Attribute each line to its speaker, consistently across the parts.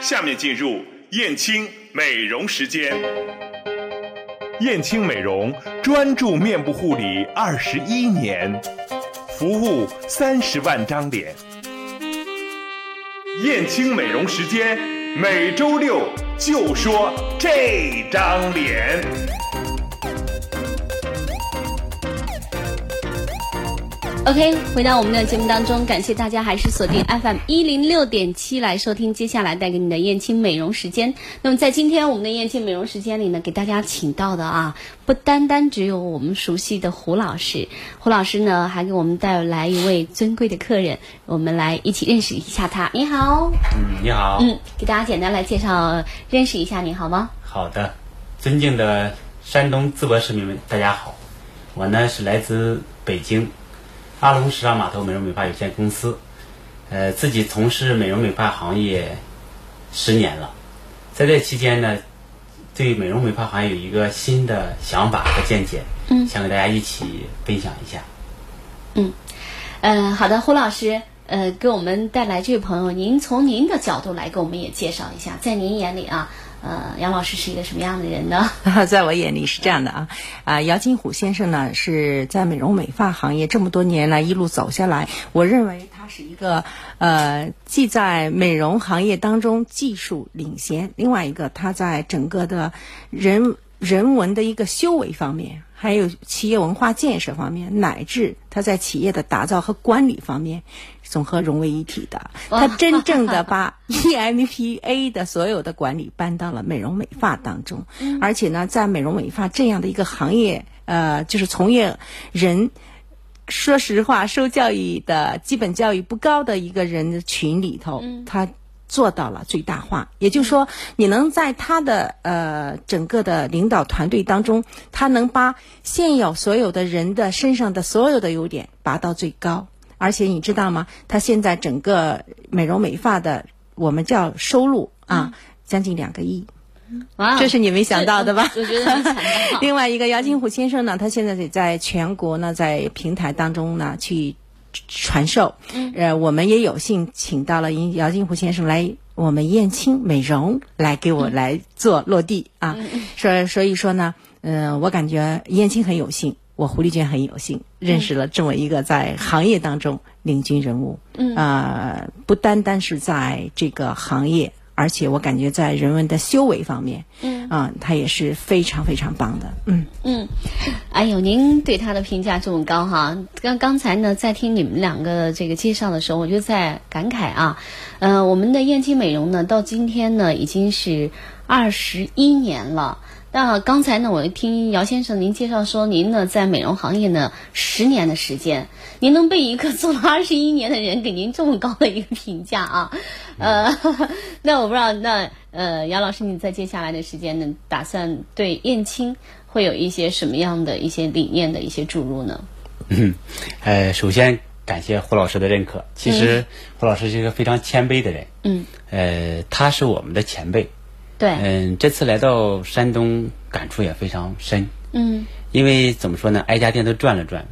Speaker 1: 下面进入燕青美容时间。燕青美容专注面部护理二十一年，服务三十万张脸。燕青美容时间每周六就说这张脸。
Speaker 2: OK，回到我们的节目当中，感谢大家还是锁定 FM 一零六点七来收听接下来带给你的燕青美容时间。那么在今天我们的燕青美容时间里呢，给大家请到的啊，不单单只有我们熟悉的胡老师，胡老师呢还给我们带来一位尊贵的客人，我们来一起认识一下他。你好，
Speaker 3: 嗯，你好。
Speaker 2: 嗯，给大家简单来介绍认识一下你好吗？
Speaker 3: 好的，尊敬的山东淄博市民们，大家好，我呢是来自北京阿龙时尚码头美容美发有限公司，呃，自己从事美容美发行业十年了，在这期间呢，对美容美发行业有一个新的想法和见解，
Speaker 2: 嗯
Speaker 3: 想给大家一起分享一下。
Speaker 2: 呃，好的，胡老师，呃，给我们带来这位朋友，您从您的角度来给我们也介绍一下，在您眼里啊，呃，杨老师是一个什么样的人呢？
Speaker 4: 在我眼里是这样的啊，啊，姚金虎先生呢是在美容美发行业这么多年来一路走下来，我认为他是一个呃，既在美容行业当中技术领先，另外一个他在整个的人人文的一个修为方面，还有企业文化建设方面，乃至他在企业的打造和管理方面，总合融为一体的。他真正的把 E EMPA 的所有的管理搬到了美容美发当中，而且呢，在美容美发这样的一个行业，呃，就是从业人。说实话，受教育的基本教育不高的一个人的群里头，
Speaker 2: 嗯
Speaker 4: 他做到了最大化。也就是说，你能在他的呃整个的领导团队当中，他能把现有所有的人的身上的所有的优点拔到最高。而且你知道吗？他现在整个美容美发的，我们叫收入
Speaker 2: 嗯
Speaker 4: 啊，将近两个亿，
Speaker 2: 哇哦
Speaker 4: 这是你没想到的吧？
Speaker 2: 嗯我觉得没想 到。
Speaker 4: 另外一个姚金虎先生呢，他现在也在全国呢，在平台当中呢去传授。呃，我们也有幸请到了您姚金虎先生来。我们燕青美容来给我来做落地、啊，所所以说呢，呃，我感觉燕青很有幸，我狐狸娟很有幸认识了这么一个在行业当中领军人物，嗯啊、不单单是在这个行业，而且我感觉在人文的修为方面，嗯啊、他也是非常非常棒的，嗯，
Speaker 2: 嗯，哎呦，您对他的评价这么高哈？刚刚才呢，在听你们两个这个介绍的时候，我就在感慨啊，呃，我们的燕青美容呢，到今天呢已经是二十一年了。那刚才呢，我听姚先生您介绍说，您呢在美容行业呢十年的时间，您能被一个做了二十一年的人给您这么高的一个评价啊，呃，那我不知道，那呃，杨老师，你在接下来的时间呢，打算对燕青会有一些什么样的一些理念的一些注入呢？
Speaker 3: 呃，首先感谢胡老师的认可。其实胡老师是一个非常谦卑的人，
Speaker 2: 嗯，
Speaker 3: 呃，他是我们的前辈，
Speaker 2: 对，
Speaker 3: 嗯，这次来到山东，感触也非常深，
Speaker 2: 嗯
Speaker 3: 因为怎么说呢，挨家店都转了转，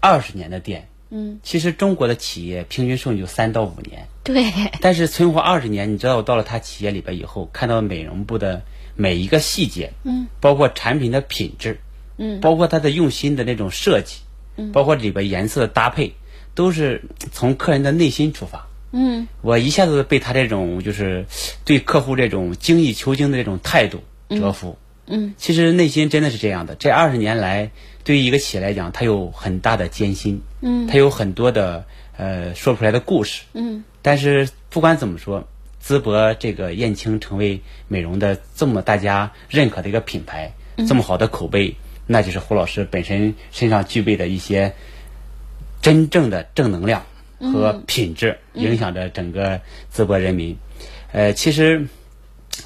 Speaker 3: 二十年的店，
Speaker 2: 嗯，
Speaker 3: 其实中国的企业平均寿命就三到五年，
Speaker 2: 对，
Speaker 3: 但是存活二十年，你知道我到了他企业里边以后，看到美容部的每一个细节，
Speaker 2: 嗯，
Speaker 3: 包括产品的品质，
Speaker 2: 嗯
Speaker 3: 包括它的用心的那种设计，嗯，包括里边颜色的搭配，都是从客人的内心出发。
Speaker 2: 嗯
Speaker 3: 我一下子被他这种就是对客户这种精益求精的这种态度折服。
Speaker 2: 嗯
Speaker 3: 其实内心真的是这样的。这二十年来，对于一个企业来讲，它有很大的艰辛，
Speaker 2: 嗯
Speaker 3: 它有很多的呃说不出来的故事。
Speaker 2: 嗯
Speaker 3: 但是不管怎么说，淄博这个燕青成为美容的这么大家认可的一个品牌，
Speaker 2: 嗯
Speaker 3: 这么好的口碑，那就是胡老师本身身上具备的一些真正的正能量
Speaker 2: 嗯
Speaker 3: 和品质，影响着整个淄博人民。呃，其实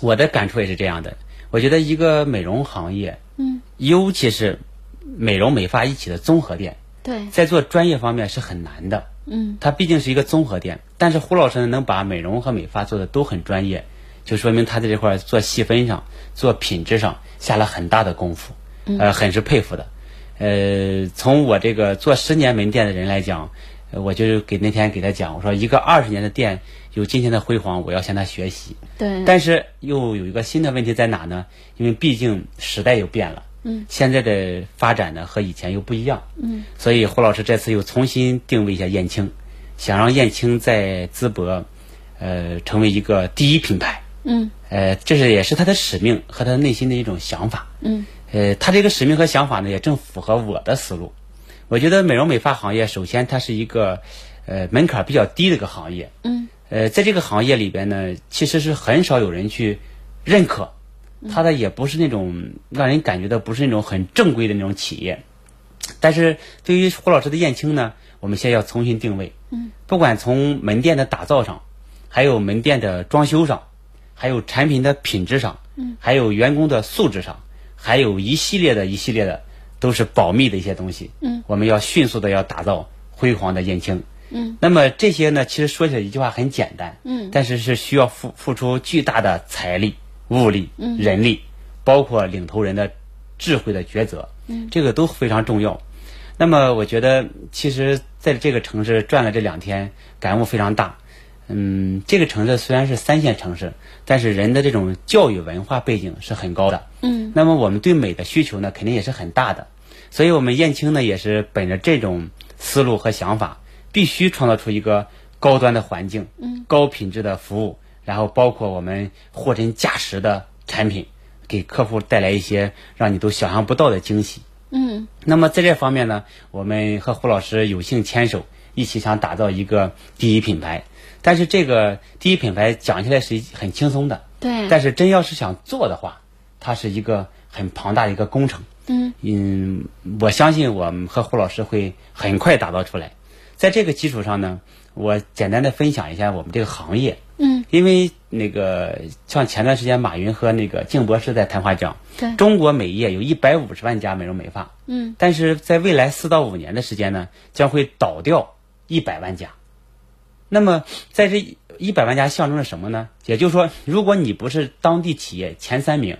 Speaker 3: 我的感触也是这样的，我觉得一个美容行业，
Speaker 2: 嗯，
Speaker 3: 尤其是美容美发一起的综合店，
Speaker 2: 对，
Speaker 3: 在做专业方面是很难的。
Speaker 2: 嗯
Speaker 3: 它毕竟是一个综合店，但是胡老师呢能把美容和美发做的都很专业，就说明他在这块儿做细分上、做品质上下了很大的功夫，
Speaker 2: 嗯
Speaker 3: 呃，很是佩服的。呃，从我这个做十年门店的人来讲，呃我就是给那天给他讲，我说一个二十年的店有今天的辉煌，我要向他学习。
Speaker 2: 对，
Speaker 3: 但是又有一个新的问题在哪呢？因为毕竟时代又变了，嗯，现在的发展呢和以前又不一样，嗯，所以胡老师这次又重新定位一下燕青，想让燕青在淄博，呃，成为一个第一品牌，
Speaker 2: 嗯，
Speaker 3: 呃，这是也是他的使命和他内心的一种想法，嗯，呃，他这个使命和想法呢，也正符合我的思路。我觉得美容美发行业，首先它是一个，呃，门槛比较低的一个行业，嗯，呃，在这个行业里边呢，其实是很少有人去认可，它的也不是那种让人感觉到不是那种很正规的那种企业，但是对于胡老师的燕青呢，我们现在要重新定位，嗯，不管从门店的打造上，还有门店的装修上，还有产品的品质上，嗯，还有员工的素质上，还有一系列的一系列的都是保密的一些东西，嗯，我们要迅速的要打造辉煌的燕青，嗯，那么这些呢，其实说起来一句话很简单，嗯，但是是需要付付出巨大的财力、物力、人力，包括领头人的智慧的抉择，嗯，这个都非常重要。那么我觉得，其实在这个城市转了这两天，感悟非常大。嗯，这个城市虽然是三线城市，但是人的这种教育文化背景是很高的。嗯，那么我们对美的需求呢，肯定也是很大的。所以，我们燕青呢，也是本着这种思路和想法，必须创造出一个高端的环境，嗯，高品质的服务，然后包括我们货真价实的产品，给客户带来一些让你都想象不到的惊喜。那么在这方面呢，我们和胡老师有幸牵手，一起想打造一个第一品牌。但是这个第一品牌讲起来是很轻松的，
Speaker 2: 对
Speaker 3: 但是真要是想做的话，它是一个很庞大的一个工程。嗯嗯，我相信我们和胡老师会很快打造出来。在这个基础上呢，我简单的分享一下我们这个行业。嗯，因为那个像前段时间马云和那个静博士在谈话讲，
Speaker 2: 对
Speaker 3: 中国美业有一百五十万家美容美发，嗯，但是在未来四到五年的时间呢，将会倒掉一百万家。那么在这一百万家象征着什么呢？也就是说，如果你不是当地企业前三名，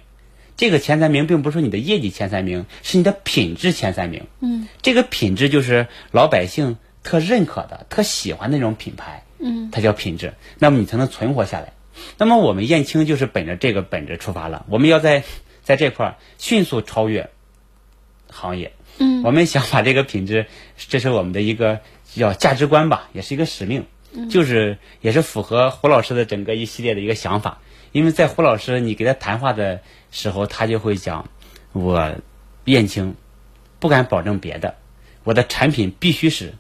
Speaker 3: 这个前三名并不是说你的业绩前三名，是你的品质前三名。嗯，这个品质就是老百姓特认可的、特喜欢的那种品牌。嗯，它叫品质，那么你才能存活下来。那么我们燕青就是本着这个本质出发了，我们要在在这块儿迅速超越行业。嗯，我们想把这个品质，这是我们的一个叫价值观吧，也是一个使命，就是也是符合胡老师的整个一系列的一个想法。因为在胡老师你给他谈话的时候，他就会讲，我燕青不敢保证别的，我的产品必须是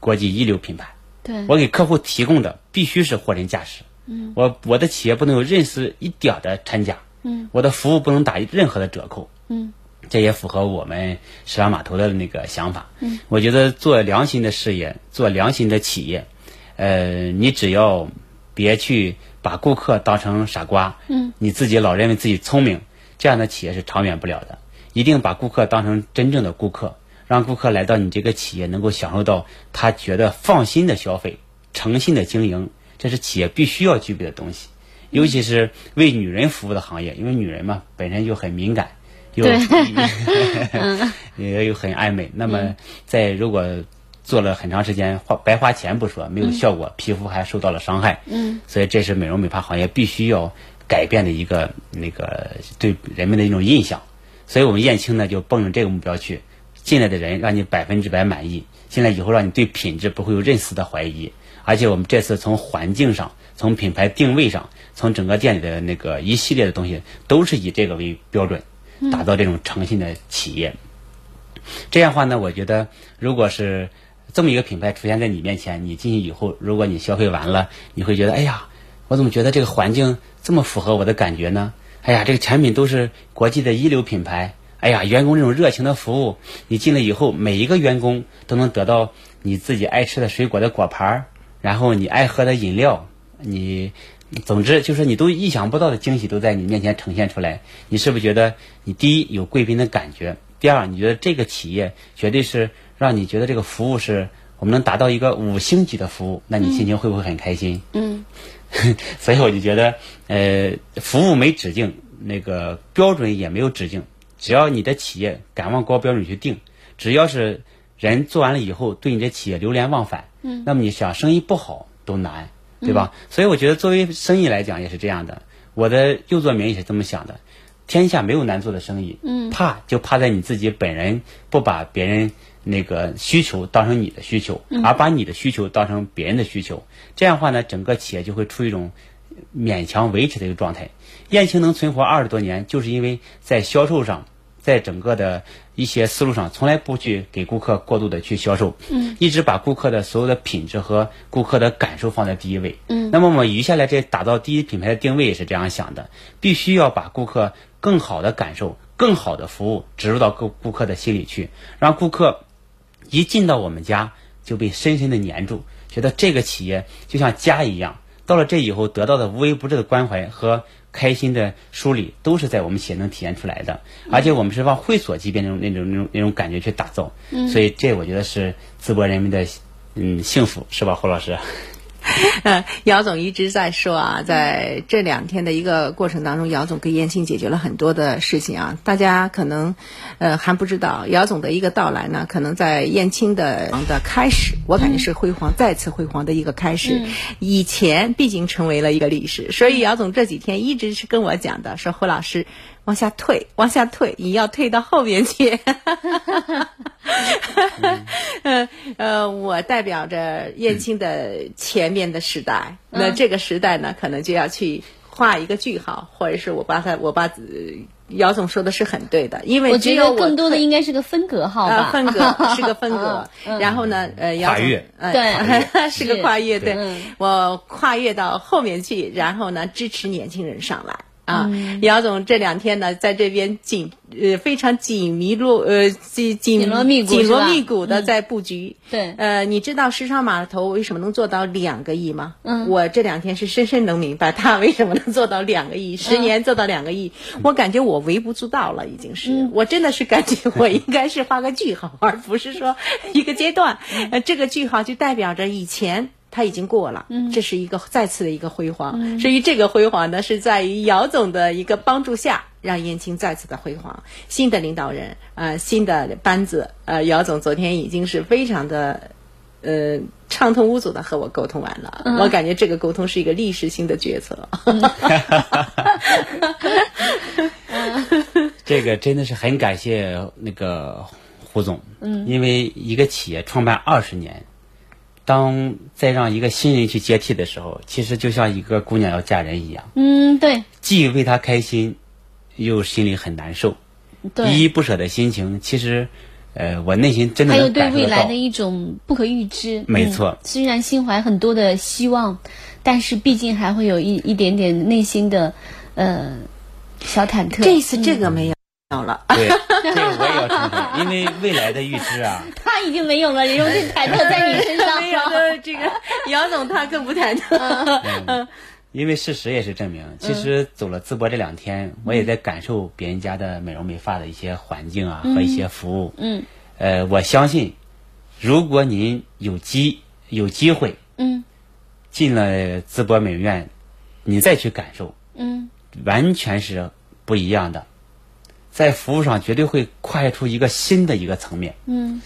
Speaker 3: 国际一流品牌。
Speaker 2: 对，
Speaker 3: 我给客户提供的必须是货真价实。嗯，我我的企业不能有认识一点儿的掺假。嗯，我的服务不能打任何的折扣。
Speaker 2: 嗯，
Speaker 3: 这也符合我们石湾码头的那个想法。嗯，我觉得做良心的事业，做良心的企业，呃，你只要别去把顾客当成傻瓜，嗯，你自己老认为自己聪明，这样的企业是长远不了的。一定把顾客当成真正的顾客，让顾客来到你这个企业能够享受到他觉得放心的消费、诚信的经营，这是企业必须要具备的东西。尤其是为女人服务的行业，因为女人嘛本身就很敏感，又 也又很爱美。那么在如果做了很长时间花白花钱不说，没有效果，皮肤还受到了伤害。嗯，所以这是美容美发行业必须要改变的一个那个对人们的一种印象。所以我们燕青呢就奔着这个目标去，进来的人让你百分之百满意，进来以后让你对品质不会有任丝的怀疑。而且我们这次从环境上、从品牌定位上、从整个店里的那个一系列的东西，都是以这个为标准，打造这种诚信的企业。这样的话呢，我觉得如果是这么一个品牌出现在你面前，你进去以后，如果你消费完了，你会觉得，哎呀，我怎么觉得这个环境这么符合我的感觉呢？哎呀，这个产品都是国际的一流品牌，哎呀，员工这种热情的服务，你进来以后，每一个员工都能得到你自己爱吃的水果的果盘儿，然后你爱喝的饮料，你。总之就是你都意想不到的惊喜都在你面前呈现出来，你是不是觉得你第一有贵宾的感觉，第二你觉得这个企业绝对是让你觉得这个服务是我们能达到一个五星级的服务，那你心情会不会很开心？
Speaker 2: 嗯，
Speaker 3: 所以我就觉得，呃，服务没止境，那个标准也没有止境，只要你的企业敢往高标准去定，只要是人做完了以后，对你这企业流连忘返。嗯，那么你想生意不好都难，对吧？所以我觉得作为生意来讲也是这样的。我的右座名也是这么想的：天下没有难做的生意，嗯，怕就怕在你自己本人不把别人那个需求当成你的需求，而把你的需求当成别人的需求。这样的话呢，整个企业就会处于一种勉强维持的一个状态。燕青能存活二十多年，就是因为在销售上，在整个的一些思路上，从来不去给顾客过度的去销售，嗯，一直把顾客的所有的品质和顾客的感受放在第一位，嗯。那么我们余下来这打造第一品牌的定位也是这样想的，必须要把顾客更好的感受、更好的服务植入到顾顾客的心里去，让顾客一进到我们家就被深深的粘住，觉得这个企业就像家一样。到了这以后，得到的无微不至的关怀和开心的梳理，都是在我们企业能体现出来的。而且我们是往会所级别那种、那种、那种、那种感觉去打造。所以这我觉得是淄博人民的嗯幸福，是吧，胡老师？
Speaker 4: 呃， 姚总一直在说啊，在这两天的一个过程当中，姚总给燕青解决了很多的事情啊。大家可能呃还不知道，姚总的一个到来呢，可能在燕青的的开始，我感觉是辉煌、再次辉煌的一个开始。以前毕竟成为了一个历史，所以姚总这几天一直是跟我讲的，说胡老师。往下退，往下退，你要退到后面去。呃呃，我代表着燕青的前面的时代，
Speaker 2: 嗯
Speaker 4: 那这个时代呢，可能就要去画一个句号，或者是我把它，我把、呃姚总说的是很对的，因为
Speaker 2: 我
Speaker 4: 只
Speaker 2: 觉
Speaker 4: 有
Speaker 2: 得
Speaker 4: 我
Speaker 2: 更多的应该是个分隔号
Speaker 4: 呃
Speaker 2: 吧，嗯
Speaker 4: 分隔是个分隔，然后呢，呃，姚
Speaker 3: 跨
Speaker 4: 总
Speaker 3: 越
Speaker 4: 呃
Speaker 2: 对
Speaker 4: 跨越 是个
Speaker 2: 是
Speaker 4: 跨越，对
Speaker 2: 嗯
Speaker 4: 我跨越到后面去，然后呢，支持年轻人上来。
Speaker 2: 嗯
Speaker 4: 啊，姚总这两天呢，在这边紧呃非常紧密路呃紧紧
Speaker 2: 紧锣密鼓
Speaker 4: 紧
Speaker 2: 是
Speaker 4: 锣
Speaker 2: 吧嗯
Speaker 4: 密鼓的在布局。
Speaker 2: 对
Speaker 4: 呃，你知道时尚码头为什么能做到两个亿吗？
Speaker 2: 嗯
Speaker 4: 我这两天是深深能明白他为什么能做到两个亿，十年做到两个亿，我感觉我微不足道了，已经是，我真的是感觉我应该是画个句号，而不是说一个阶段，呃，这个句号就代表着以前。它已经过了，这是一个再次的一个辉煌。至于这个辉煌呢，是在于姚总的一个帮助下，让燕青再次的辉煌。新的领导人，呃，新的班子，呃，姚总昨天已经是非常的呃畅通无阻的和我沟通完了，我感觉这个沟通是一个历史性的决策。
Speaker 3: 这个真的是很感谢那个胡总，嗯，因为一个企业创办二十年，当再让一个新人去接替的时候，其实就像一个姑娘要嫁人一样，
Speaker 2: 嗯，对
Speaker 3: 既为她开心，又心里很难受。
Speaker 2: 对，
Speaker 3: 依依不舍的心情，其实，呃，我内心真的
Speaker 2: 还有
Speaker 3: 能
Speaker 2: 对
Speaker 3: 感受
Speaker 2: 未
Speaker 3: 得
Speaker 2: 来
Speaker 3: 到
Speaker 2: 的。一种不可预知。
Speaker 3: 没错
Speaker 2: 嗯虽然心怀很多的希望，但是毕竟还会有一一点点内心的呃小忐忑。
Speaker 4: 这次这个没有 了，
Speaker 3: 对，这个我也要承认，因为未来的预知啊，
Speaker 2: 他已经没有了，人容是忐忑在你身上。
Speaker 4: 没有的这个姚总他更不谈的。
Speaker 3: 因为事实也是证
Speaker 2: 嗯
Speaker 3: 明，其实走了淄博这两天，我也在感受别人家的美容美发的一些环境啊、和一些服务。
Speaker 2: 嗯，
Speaker 3: 呃，我相信，如果您有机有机会
Speaker 2: 嗯
Speaker 3: 进了淄博美容院，你再去感受，
Speaker 2: 嗯
Speaker 3: 完全是不一样的，在服务上绝对会跨越出一个新的一个层面，
Speaker 2: 嗯。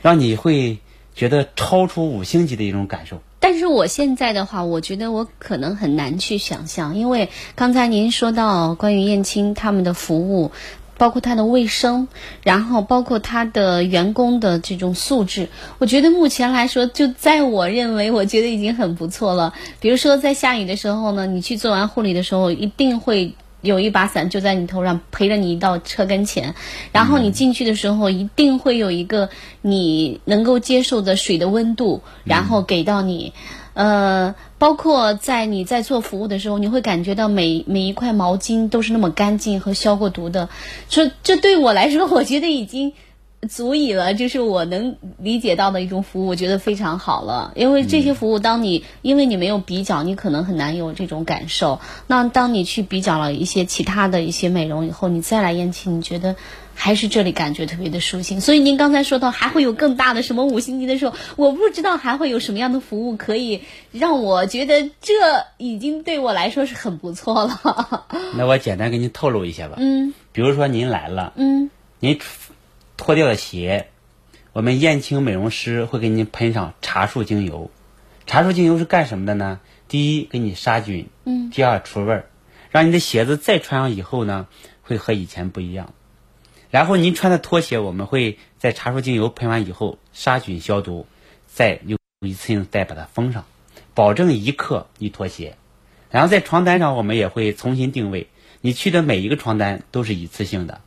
Speaker 3: 让你会觉得超出五星级的一种感受。
Speaker 2: 但是我现在的话，我觉得我可能很难去想象，因为刚才您说到关于燕青他们的服务，包括它的卫生，然后包括它的员工的这种素质，我觉得目前来说，就在我认为，我觉得已经很不错了。比如说在下雨的时候呢，你去做完护理的时候，一定会。有一把伞就在你头上陪着你到车跟前，然后你进去的时候一定会有一个你能够接受的水的温度，然后给到你。呃，包括在你在做服务的时候，你会感觉到每每一块毛巾都是那么干净和消过毒的，这这对我来说，我觉得已经足以了，就是我能理解到的一种服务，我觉得非常好了。因为这些服务，当你、因为你没有比较，你可能很难有这种感受。那当你去比较了一些其他的一些美容以后，你再来燕青，你觉得还是这里感觉特别的舒心。所以您刚才说到还会有更大的什么五星级的时候，我不知道还会有什么样的服务可以让我觉得这已经对我来说是很不错了。
Speaker 3: 那我简单给您透露一下吧。
Speaker 2: 嗯
Speaker 3: 比如说您来了，
Speaker 2: 嗯
Speaker 3: 您脱掉了鞋，我们燕青美容师会给你喷上茶树精油。茶树精油是干什么的呢？第一，给你杀菌；
Speaker 2: 嗯，
Speaker 3: 第二，除味儿，让你的鞋子再穿上以后呢，会和以前不一样。然后您穿的拖鞋，我们会在茶树精油喷完以后杀菌消毒，再用一次性再把它封上，保证一克一拖鞋。然后在床单上，我们也会重新定位，你去的每一个床单都是一次性的。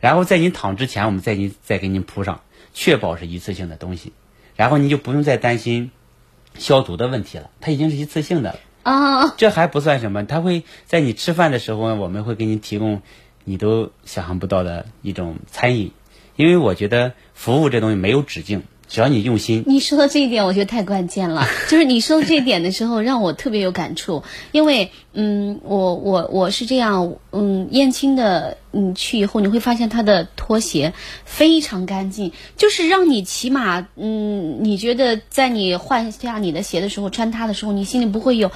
Speaker 3: 然后在您躺之前，我们再您再给您铺上，确保是一次性的东西，然后您就不用再担心消毒的问题了，它已经是一次性的了。
Speaker 2: 啊，
Speaker 3: 这还不算什么，它会在你吃饭的时候，我们会给你提供你都想象不到的一种餐饮，因为我觉得服务这东西没有止境，只要你用心，
Speaker 2: 你说的这一点我觉得太关键了，就是你说的这一点的时候，让我特别有感触，因为嗯，我我我是这样，嗯，燕青的，你去以后你会发现他的拖鞋非常干净，就是让你起码嗯，你觉得在你换下你的鞋的时候，穿它的时候，你心里不会有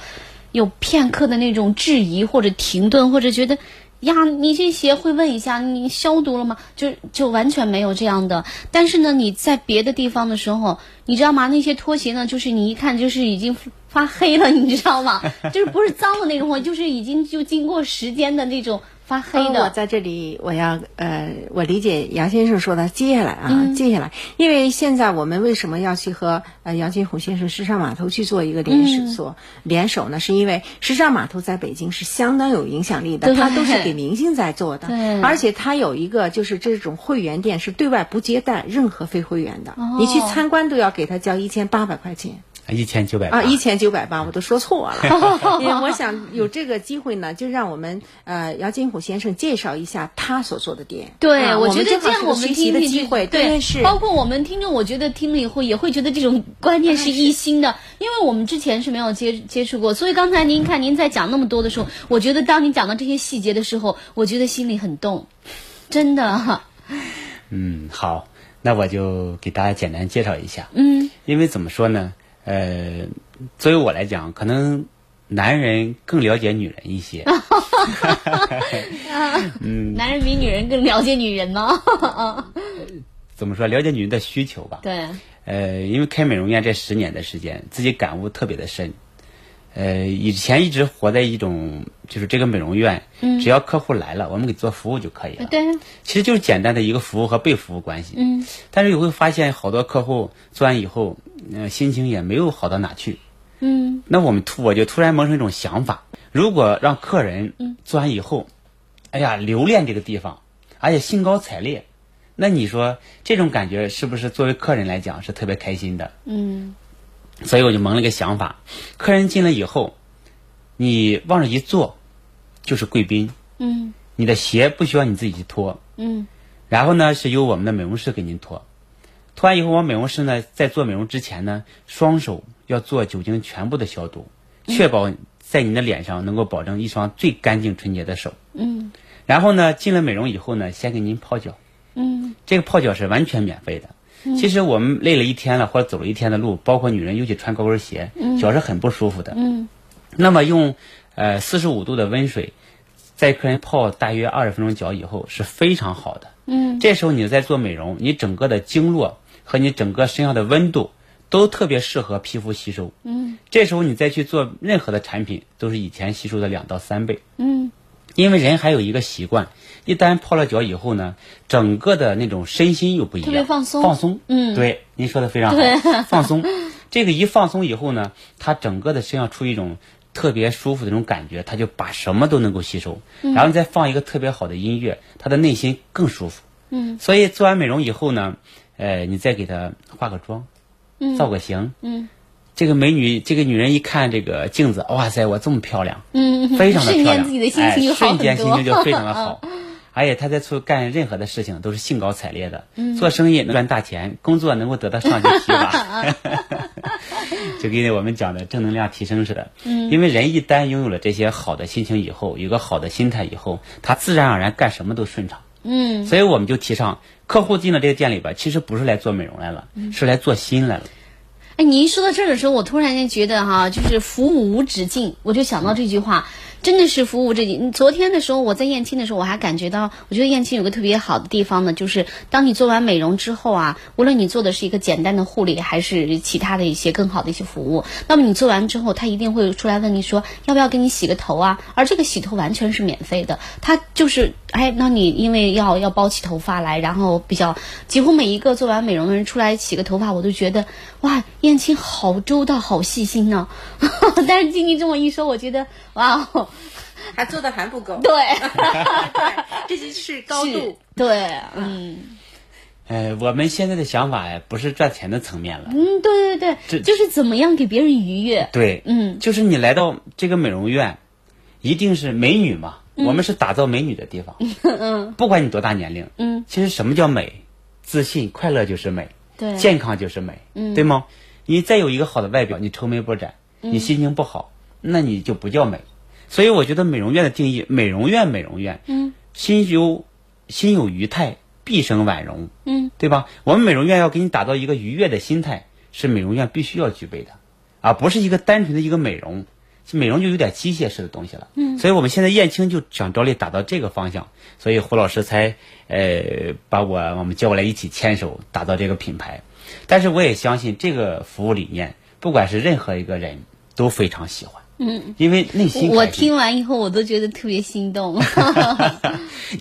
Speaker 2: 有片刻的那种质疑或者停顿，或者觉得呀，你这鞋会问一下你消毒了吗？就就完全没有这样的。但是呢，你在别的地方的时候，你知道吗？那些拖鞋呢，就是你一看就是已经发黑了，你知道吗？ 就是不是脏的那种，就是已经就经过时间的那种发黑
Speaker 4: 呃我
Speaker 2: 的。
Speaker 4: 在这里，我要呃，我理解杨先生说的，接下来啊，
Speaker 2: 嗯
Speaker 4: 接下来，因为现在我们为什么要去和呃杨金虎先生时尚码头去做一个联手做、
Speaker 2: 嗯
Speaker 4: 联手呢？是因为时尚码头在北京是相当有影响力的，
Speaker 2: 对
Speaker 4: 它都是给明星在做的
Speaker 2: 对，
Speaker 4: 而且它有一个就是这种会员店是对外不接待任何非会员的，
Speaker 2: 哦
Speaker 4: 你去参观都要给他交一千八百块钱。
Speaker 3: 一千九百
Speaker 4: 啊，一千九百八，我都说 错了。因为我想有这个机会呢，就让我们呃姚金虎先生介绍一下他所做的店。
Speaker 2: 对，
Speaker 4: 啊
Speaker 2: 我
Speaker 4: 我
Speaker 2: 觉得
Speaker 4: 正好
Speaker 2: 这样
Speaker 4: 是个
Speaker 2: 我们
Speaker 4: 学习
Speaker 2: 听
Speaker 4: 的
Speaker 2: 听
Speaker 4: 机
Speaker 2: 就
Speaker 4: 会，
Speaker 2: 对，
Speaker 4: 是。
Speaker 2: 包括我们听众，我觉得听了以后也会觉得这种观念是一新
Speaker 4: 啊
Speaker 2: 的，因为我们之前是没有接接触过。所以刚才您看您在讲那么多的时候，我觉得当你讲到这些细节的时候，我觉得心里很动，真的，
Speaker 3: 嗯，好，那我就给大家简单介绍一下。
Speaker 2: 嗯
Speaker 3: 因为怎么说呢？呃，作为我来讲，可能男人更了解女人一些。
Speaker 2: 啊男人比女人更了解女人吗？
Speaker 3: 怎么说？了解女人的需求吧。
Speaker 2: 对，
Speaker 3: 呃，因为开美容院这十年的时间，自己感悟特别的深。呃，以前一直活在一种就是这个美容院，只要客户来了，我们给做服务就可以了。
Speaker 2: 嗯对，
Speaker 3: 其实就是简单的一个服务和被服务关系。
Speaker 2: 嗯，
Speaker 3: 但是你会发现，好多客户做完以后，呃，心情也没有好到哪去。
Speaker 2: 嗯
Speaker 3: 那我们突我就突然萌生一种想法：如果让客人
Speaker 2: 嗯
Speaker 3: 做完以后，哎呀，留恋这个地方，而且兴高采烈，那你说这种感觉是不是作为客人来讲是特别开心的？
Speaker 2: 嗯
Speaker 3: 所以我就萌了个想法：客人进来以后，你往这一坐，就是贵宾，
Speaker 2: 嗯
Speaker 3: 你的鞋不需要你自己去脱，
Speaker 2: 嗯
Speaker 3: 然后呢，是由我们的美容师给您脱。脱完以后，我们美容师呢，在做美容之前呢，双手要做酒精全部的消毒，
Speaker 2: 嗯
Speaker 3: 确保在您的脸上能够保证一双最干净纯洁的手。
Speaker 2: 嗯
Speaker 3: 然后呢，进了美容以后呢，先给您泡脚，
Speaker 2: 嗯
Speaker 3: 这个泡脚是完全免费的。其实我们累了一天了，或者走了一天的路，包括女人尤其穿高跟鞋，脚是很不舒服的。
Speaker 2: 嗯
Speaker 3: 那么用呃四十五度的温水，在客人泡大约二十分钟脚以后是非常好的。
Speaker 2: 嗯，
Speaker 3: 这时候你在做美容，你整个的经络和你整个身上的温度都特别适合皮肤吸收。
Speaker 2: 嗯，
Speaker 3: 这时候你再去做任何的产品，都是以前吸收的两到三倍。
Speaker 2: 嗯
Speaker 3: 因为人还有一个习惯，一旦泡了脚以后呢，整个的那种身心又不一样，
Speaker 2: 特别放松
Speaker 3: 放松，
Speaker 2: 嗯
Speaker 3: 对，您说的非常好，放松。这个一放松以后呢，他整个的身上出一种特别舒服的那种感觉，他就把什么都能够吸收，
Speaker 2: 嗯
Speaker 3: 然后你再放一个特别好的音乐，他的内心更舒服。
Speaker 2: 嗯，
Speaker 3: 所以做完美容以后呢，呃，你再给她化个妆，
Speaker 2: 嗯
Speaker 3: 造个型，
Speaker 2: 嗯，
Speaker 3: 这个美女，这个女人一看这个镜子，哇塞，我这么漂亮，
Speaker 2: 嗯，
Speaker 3: 非常的
Speaker 2: 瞬
Speaker 3: 漂亮，
Speaker 2: 间自己的心情就好
Speaker 3: 哎、瞬间
Speaker 2: 很
Speaker 3: 心情就非常的
Speaker 2: 多。 嗯
Speaker 3: 好。而且她在做干任何的事情都是兴高采烈的，
Speaker 2: 嗯
Speaker 3: 做生意能赚大钱，工作能够得到上级提拔， 就跟我们讲的正能量提升似的。嗯，因为人一旦拥有了这些好的心情以后，有一个好的心态以后，他自然而然干什么都顺畅。
Speaker 2: 嗯，
Speaker 3: 所以我们就提倡，客户进了这个店里边，其实不是来做美容来了，
Speaker 2: 嗯
Speaker 3: 是来做心来了。
Speaker 2: 哎，你一说到这儿的时候，我突然间觉得哈、就是服务无止境，我就想到这句话。真的是服务这几。昨天的时候，我在燕青的时候，我还感觉到，我觉得燕青有个特别好的地方呢，就是当你做完美容之后啊，无论你做的是一个简单的护理，还是其他的一些更好的一些服务，那么你做完之后，他一定会出来问你说要不要给你洗个头啊，而这个洗头完全是免费的，他就是哎，那你因为要要包起头发来，然后比较几乎每一个做完美容的人出来洗个头发，我都觉得哇，燕青好周到，好细心呢、 但是经你这么一说，我觉得哇哦，
Speaker 4: 还做的还不够，
Speaker 2: 对，
Speaker 4: 这就是高
Speaker 2: 是
Speaker 4: 度。，
Speaker 2: 对，嗯。
Speaker 3: 呃，我们现在的想法呀，不是赚钱的层面了，
Speaker 2: 嗯，对对对，
Speaker 3: 这
Speaker 2: 就是怎么样给别人愉悦。
Speaker 3: 对，
Speaker 2: 嗯
Speaker 3: 就是你来到这个美容院，一定是美女嘛，
Speaker 2: 嗯
Speaker 3: 我们是打造美女的 地方，嗯，不管你多大年龄，
Speaker 2: 嗯，
Speaker 3: 其实什么叫美？自信、快乐就是美，
Speaker 2: 对
Speaker 3: 健康就是美，嗯，对吗？你再有一个好的外表，你愁眉不展，你心情不好，那你就不叫美。所以我觉得美容院的定义，美容院，美容院，嗯，心有心有余态，必生婉容，
Speaker 2: 嗯，
Speaker 3: 对吧？我们美容院要给你打造一个愉悦的心态，是美容院必须要具备的，而啊不是一个单纯的一个美容。美容就有点机械式的东西了，嗯，所以我们现在燕青就想着力打到这个方向，所以胡老师才呃把我我们叫过来一起牵手打造这个品牌，但是我也相信这个服务理念，不管是任何一个人都非常喜欢，嗯，因为内心
Speaker 2: 我
Speaker 3: 开心
Speaker 2: 听完以后，我都觉得特别心 动。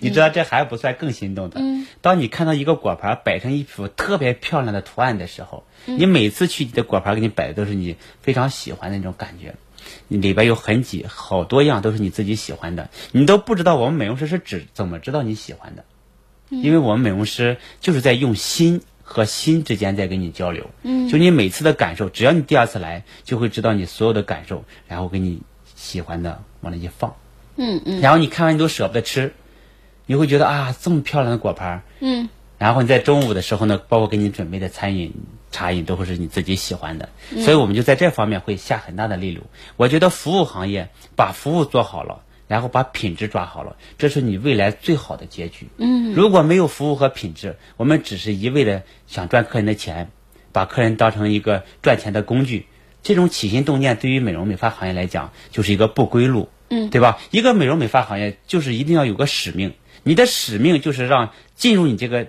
Speaker 3: 你知道这还不算更心动的。
Speaker 2: 嗯
Speaker 3: 当你看到一个果盘摆成一幅特别漂亮的图案的时候，
Speaker 2: 嗯
Speaker 3: 你每次去你的果盘给你摆的都是你非常喜欢的那种感觉，你里边有很几好多样都是你自己喜欢的，你都不知道我们美容师是指怎么知道你喜欢的，
Speaker 2: 嗯
Speaker 3: 因为我们美容师就是在用心。和心之间在跟你交流，嗯，就你每次的感受，只要你第二次来，就会知道你所有的感受，然后给你喜欢的往那一放，
Speaker 2: 嗯嗯
Speaker 3: 然后你看完你都舍不得吃，你会觉得啊，这么漂亮的果盘，
Speaker 2: 嗯，
Speaker 3: 然后你在中午的时候呢，包括给你准备的餐饮、茶饮都会是你自己喜欢的，所以我们就在这方面会下很大的力度。我觉得服务行业把服务做好了。然后把品质抓好了，这是你未来最好的结局。嗯，如果没有服务和品质，我们只是一味的想赚客人的钱，把客人当成一个赚钱的工具，这种起心动念对于美容美发行业来讲就是一个不归路，嗯，对吧？一个美容美发行业就是一定要有个使命，你的使命就是让进入你这个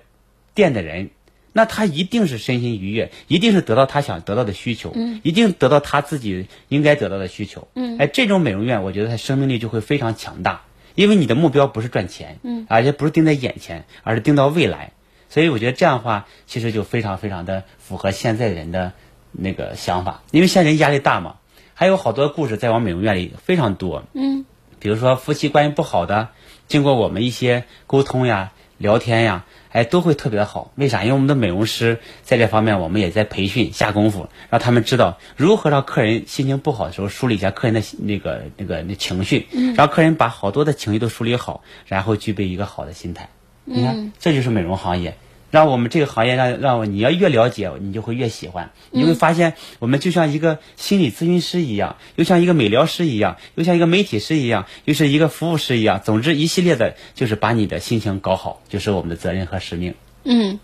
Speaker 3: 店的人，那他一定是身心愉悦，一定是得到他想得到的需求，嗯，一定得到他自己应该得到的需求，嗯，哎，这种美容院我觉得它生命力就会非常强大，因为你的目标不是赚钱，嗯，而且不是定在眼前，而是定到未来，所以我觉得这样的话，其实就非常非常的符合现在人的那个想法，因为现在人压力大嘛，还有好多故事在我们美容院里非常多，嗯，比如说夫妻关系不好的，经过我们一些沟通呀、聊天呀，哎，都会特别的好。为啥？因为我们的美容师在这方面，我们也在培训下功夫，让他们知道如何让客人心情不好的时候梳理一下客人的那个那个那情绪，让客人把好多的情绪都梳理好，然后具备一个好的心态。你看，这就是美容行业。让我们这个行业让让我你要越了解，你就会越喜欢。你会发现，我们就像一个心理咨询师一样，又像一个美疗师一样，又像一个媒体师一样，又是一个服务师一样。总之，一系列的就是把你的心情搞好，就是我们的责任和使命。
Speaker 2: 嗯，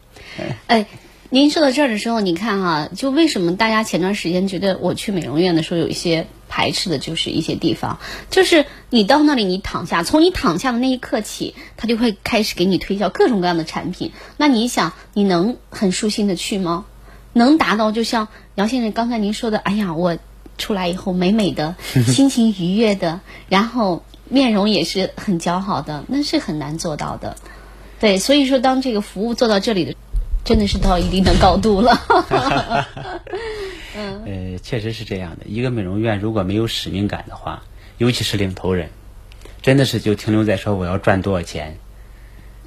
Speaker 2: 哎。您说到这儿的时候，你看哈、就为什么大家前段时间觉得我去美容院的时候有一些排斥的，就是一些地方，就是你到那里你躺下，从你躺下的那一刻起，他就会开始给你推销各种各样的产品。那你想，你能很舒心的去吗？能达到就像姚先生刚才您说的，哎呀，我出来以后美美的，心情愉悦的，然后面容也是很姣好的，那是很难做到的。对，所以说当这个服务做到这里的，真的是到一定的高度了。
Speaker 3: 呃，确实是这样的。一个美容院如果没有使命感的话，尤其是领头人，真的是就停留在说我要赚多少钱，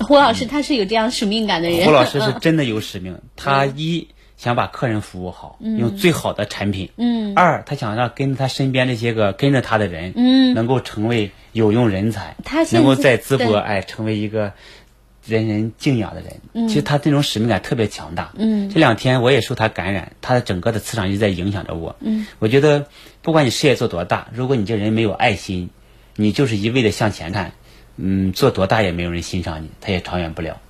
Speaker 2: 胡老师他是有这样使命感的人，嗯
Speaker 3: 胡老师是真的有使命，他一想把客人服务好，
Speaker 2: 嗯
Speaker 3: 用最好的产品。嗯。二，他想让跟他身边这些个跟着他的人，嗯，能够成为有用人才，
Speaker 2: 他现
Speaker 3: 能够
Speaker 2: 在
Speaker 3: 在淄博
Speaker 2: 对
Speaker 3: 哎成为一个人人敬仰的人。嗯。其实他这种使命感特别强大。嗯。这两天我也受他感染，他的整个的磁场一直在影响着我。嗯。我觉得不管你事业做多大，如果你这人没有爱心，你就是一味的向前看，嗯，做多大也没有人欣赏你，他也长远不了。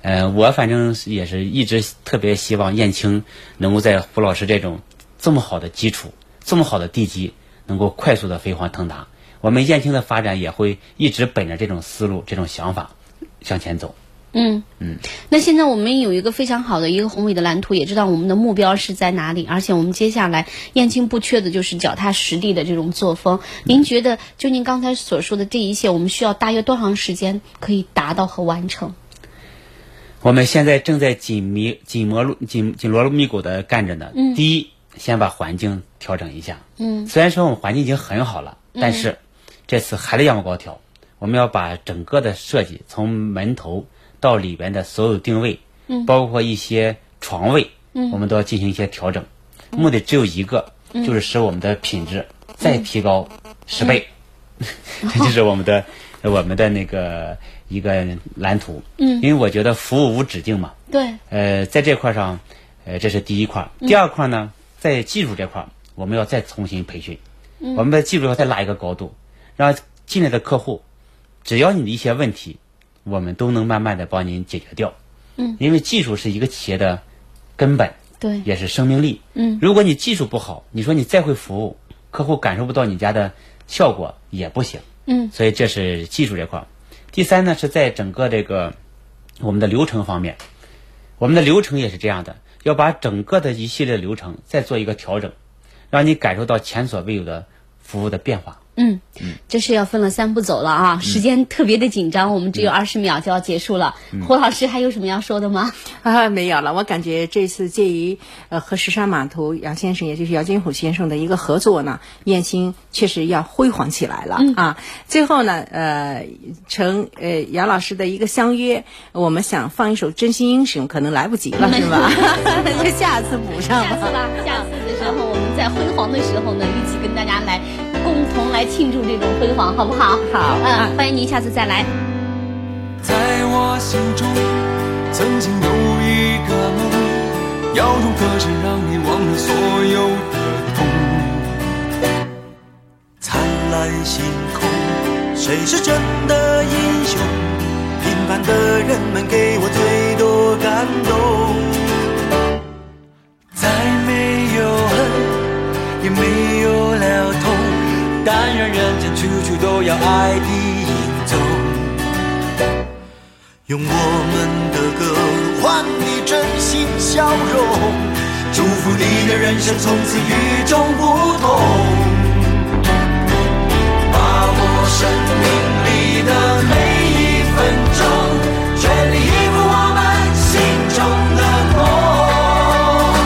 Speaker 3: 呃，我反正是也是一直特别希望燕青能够在胡老师这种这么好的基础、这么好的地基，能够快速的飞黄腾达。我们燕青的发展也会一直本着这种思路、这种想法向前走。
Speaker 2: 嗯嗯，那现在我们有一个非常好的一个宏伟的蓝图，也知道我们的目标是在哪里，而且我们接下来燕青不缺的就是脚踏实地的这种作风。您觉得，就您刚才所说的这一切，我们需要大约多长时间可以达到和完成？
Speaker 3: 我们现在正在紧密、紧锣入紧紧锣密鼓的干着呢。嗯，第一，先把环境调整一下。
Speaker 2: 嗯，
Speaker 3: 虽然说我们环境已经很好了，但是这次还得要往高调。我们要把整个的设计从门头。到里边的所有定位，
Speaker 2: 嗯，
Speaker 3: 包括一些床位，
Speaker 2: 嗯，
Speaker 3: 我们都要进行一些调整。目的只有一个，就是使我们的品质
Speaker 2: 嗯
Speaker 3: 再提高十倍， 这就是我们的我们的那个一个蓝图。
Speaker 2: 嗯
Speaker 3: 因为我觉得服务无止境嘛，
Speaker 2: 对，
Speaker 3: 呃，在这块儿上，呃，这是第一块儿。第二块儿呢，在技术这块儿，我们要再重新培训，我们的技术要再拉一个高度，让进来的客户，只要你的一些问题，我们都能慢慢的帮您解决掉。
Speaker 2: 嗯，
Speaker 3: 因为技术是一个企业的根本，
Speaker 2: 对
Speaker 3: 也是生命力。
Speaker 2: 嗯，
Speaker 3: 如果你技术不好，你说你再会服务，客户感受不到你家的效果也不行。
Speaker 2: 嗯
Speaker 3: 所以这是技术这块儿。第三呢，是在整个这个我们的流程方面，我们的流程也是这样的，要把整个的一系列流程再做一个调整，让你感受到前所未有的服务的变化。
Speaker 2: 嗯，这是要分了三步走了啊，时间特别的紧张，我们只有二十秒就要结束了。
Speaker 3: 嗯
Speaker 2: 胡老师还有什么要说的吗？
Speaker 4: 啊，没有了。我感觉这次介于呃和石山码头杨先生，也就是姚金虎先生的一个合作呢，燕青确实要辉煌起来了、
Speaker 2: 嗯
Speaker 4: 啊。最后呢，呃，成呃杨老师的一个相约，我们想放一首《真心英雄》，可能来不及了，
Speaker 2: 嗯
Speaker 4: 是吧？ 就下次补上
Speaker 2: 下
Speaker 4: 吧
Speaker 2: 次。吧，下次的时候我们在辉煌的时候呢，一起跟大家来共同来庆祝这种辉煌，好不好？
Speaker 4: 好
Speaker 2: 嗯，欢迎您下次再来。
Speaker 5: 在我心中，曾经有一个梦，要用歌声让你忘了所有的痛。
Speaker 6: 灿烂星空，谁是真的英雄？平凡的人们给我最多感动。
Speaker 5: 再没有恨，也没有了痛，但愿人间处处都有爱的影踪。
Speaker 6: 用我们的歌换你真心笑容，祝福你的人生从此与众不同。把握生命里的每一分钟，全力以赴我们心中的梦。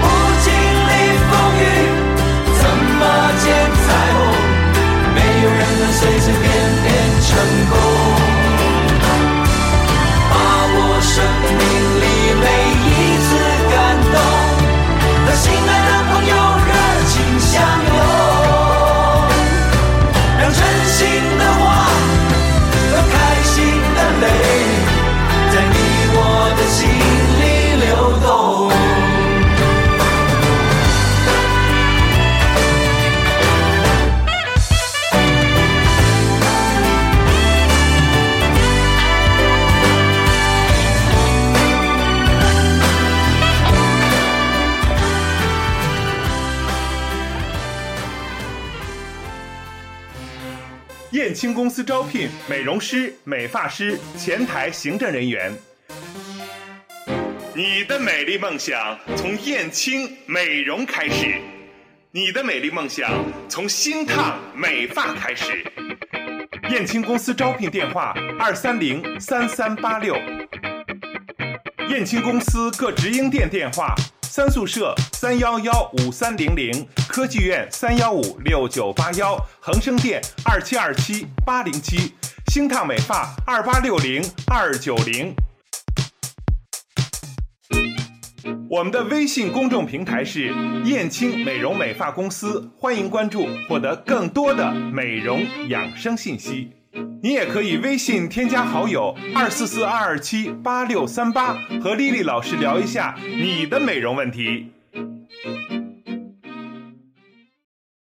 Speaker 6: 不经历风雨，怎么见彩虹？没有人能随随便便成功。把握生命里每一次感动，和心爱的朋友热情相拥，让真心的话和开心的泪，在你我的心里流动。
Speaker 1: 燕青公司招聘美容师、美发师、前台行政人员。你的美丽梦想从燕青美容开始，你的美丽梦想从新烫美发开始。燕青公司招聘电话：二三零三三八六。燕青公司各直营店电话：三宿舍三幺幺五三零零，科技院三幺五六九八幺，恒生店二七二七八零七，星烫美发二八六零二九零。我们的微信公众平台是燕青美容美发公司，欢迎关注，获得更多的美容养生信息。你也可以微信添加好友二四四二二七八六三八，和丽丽老师聊一下你的美容问题。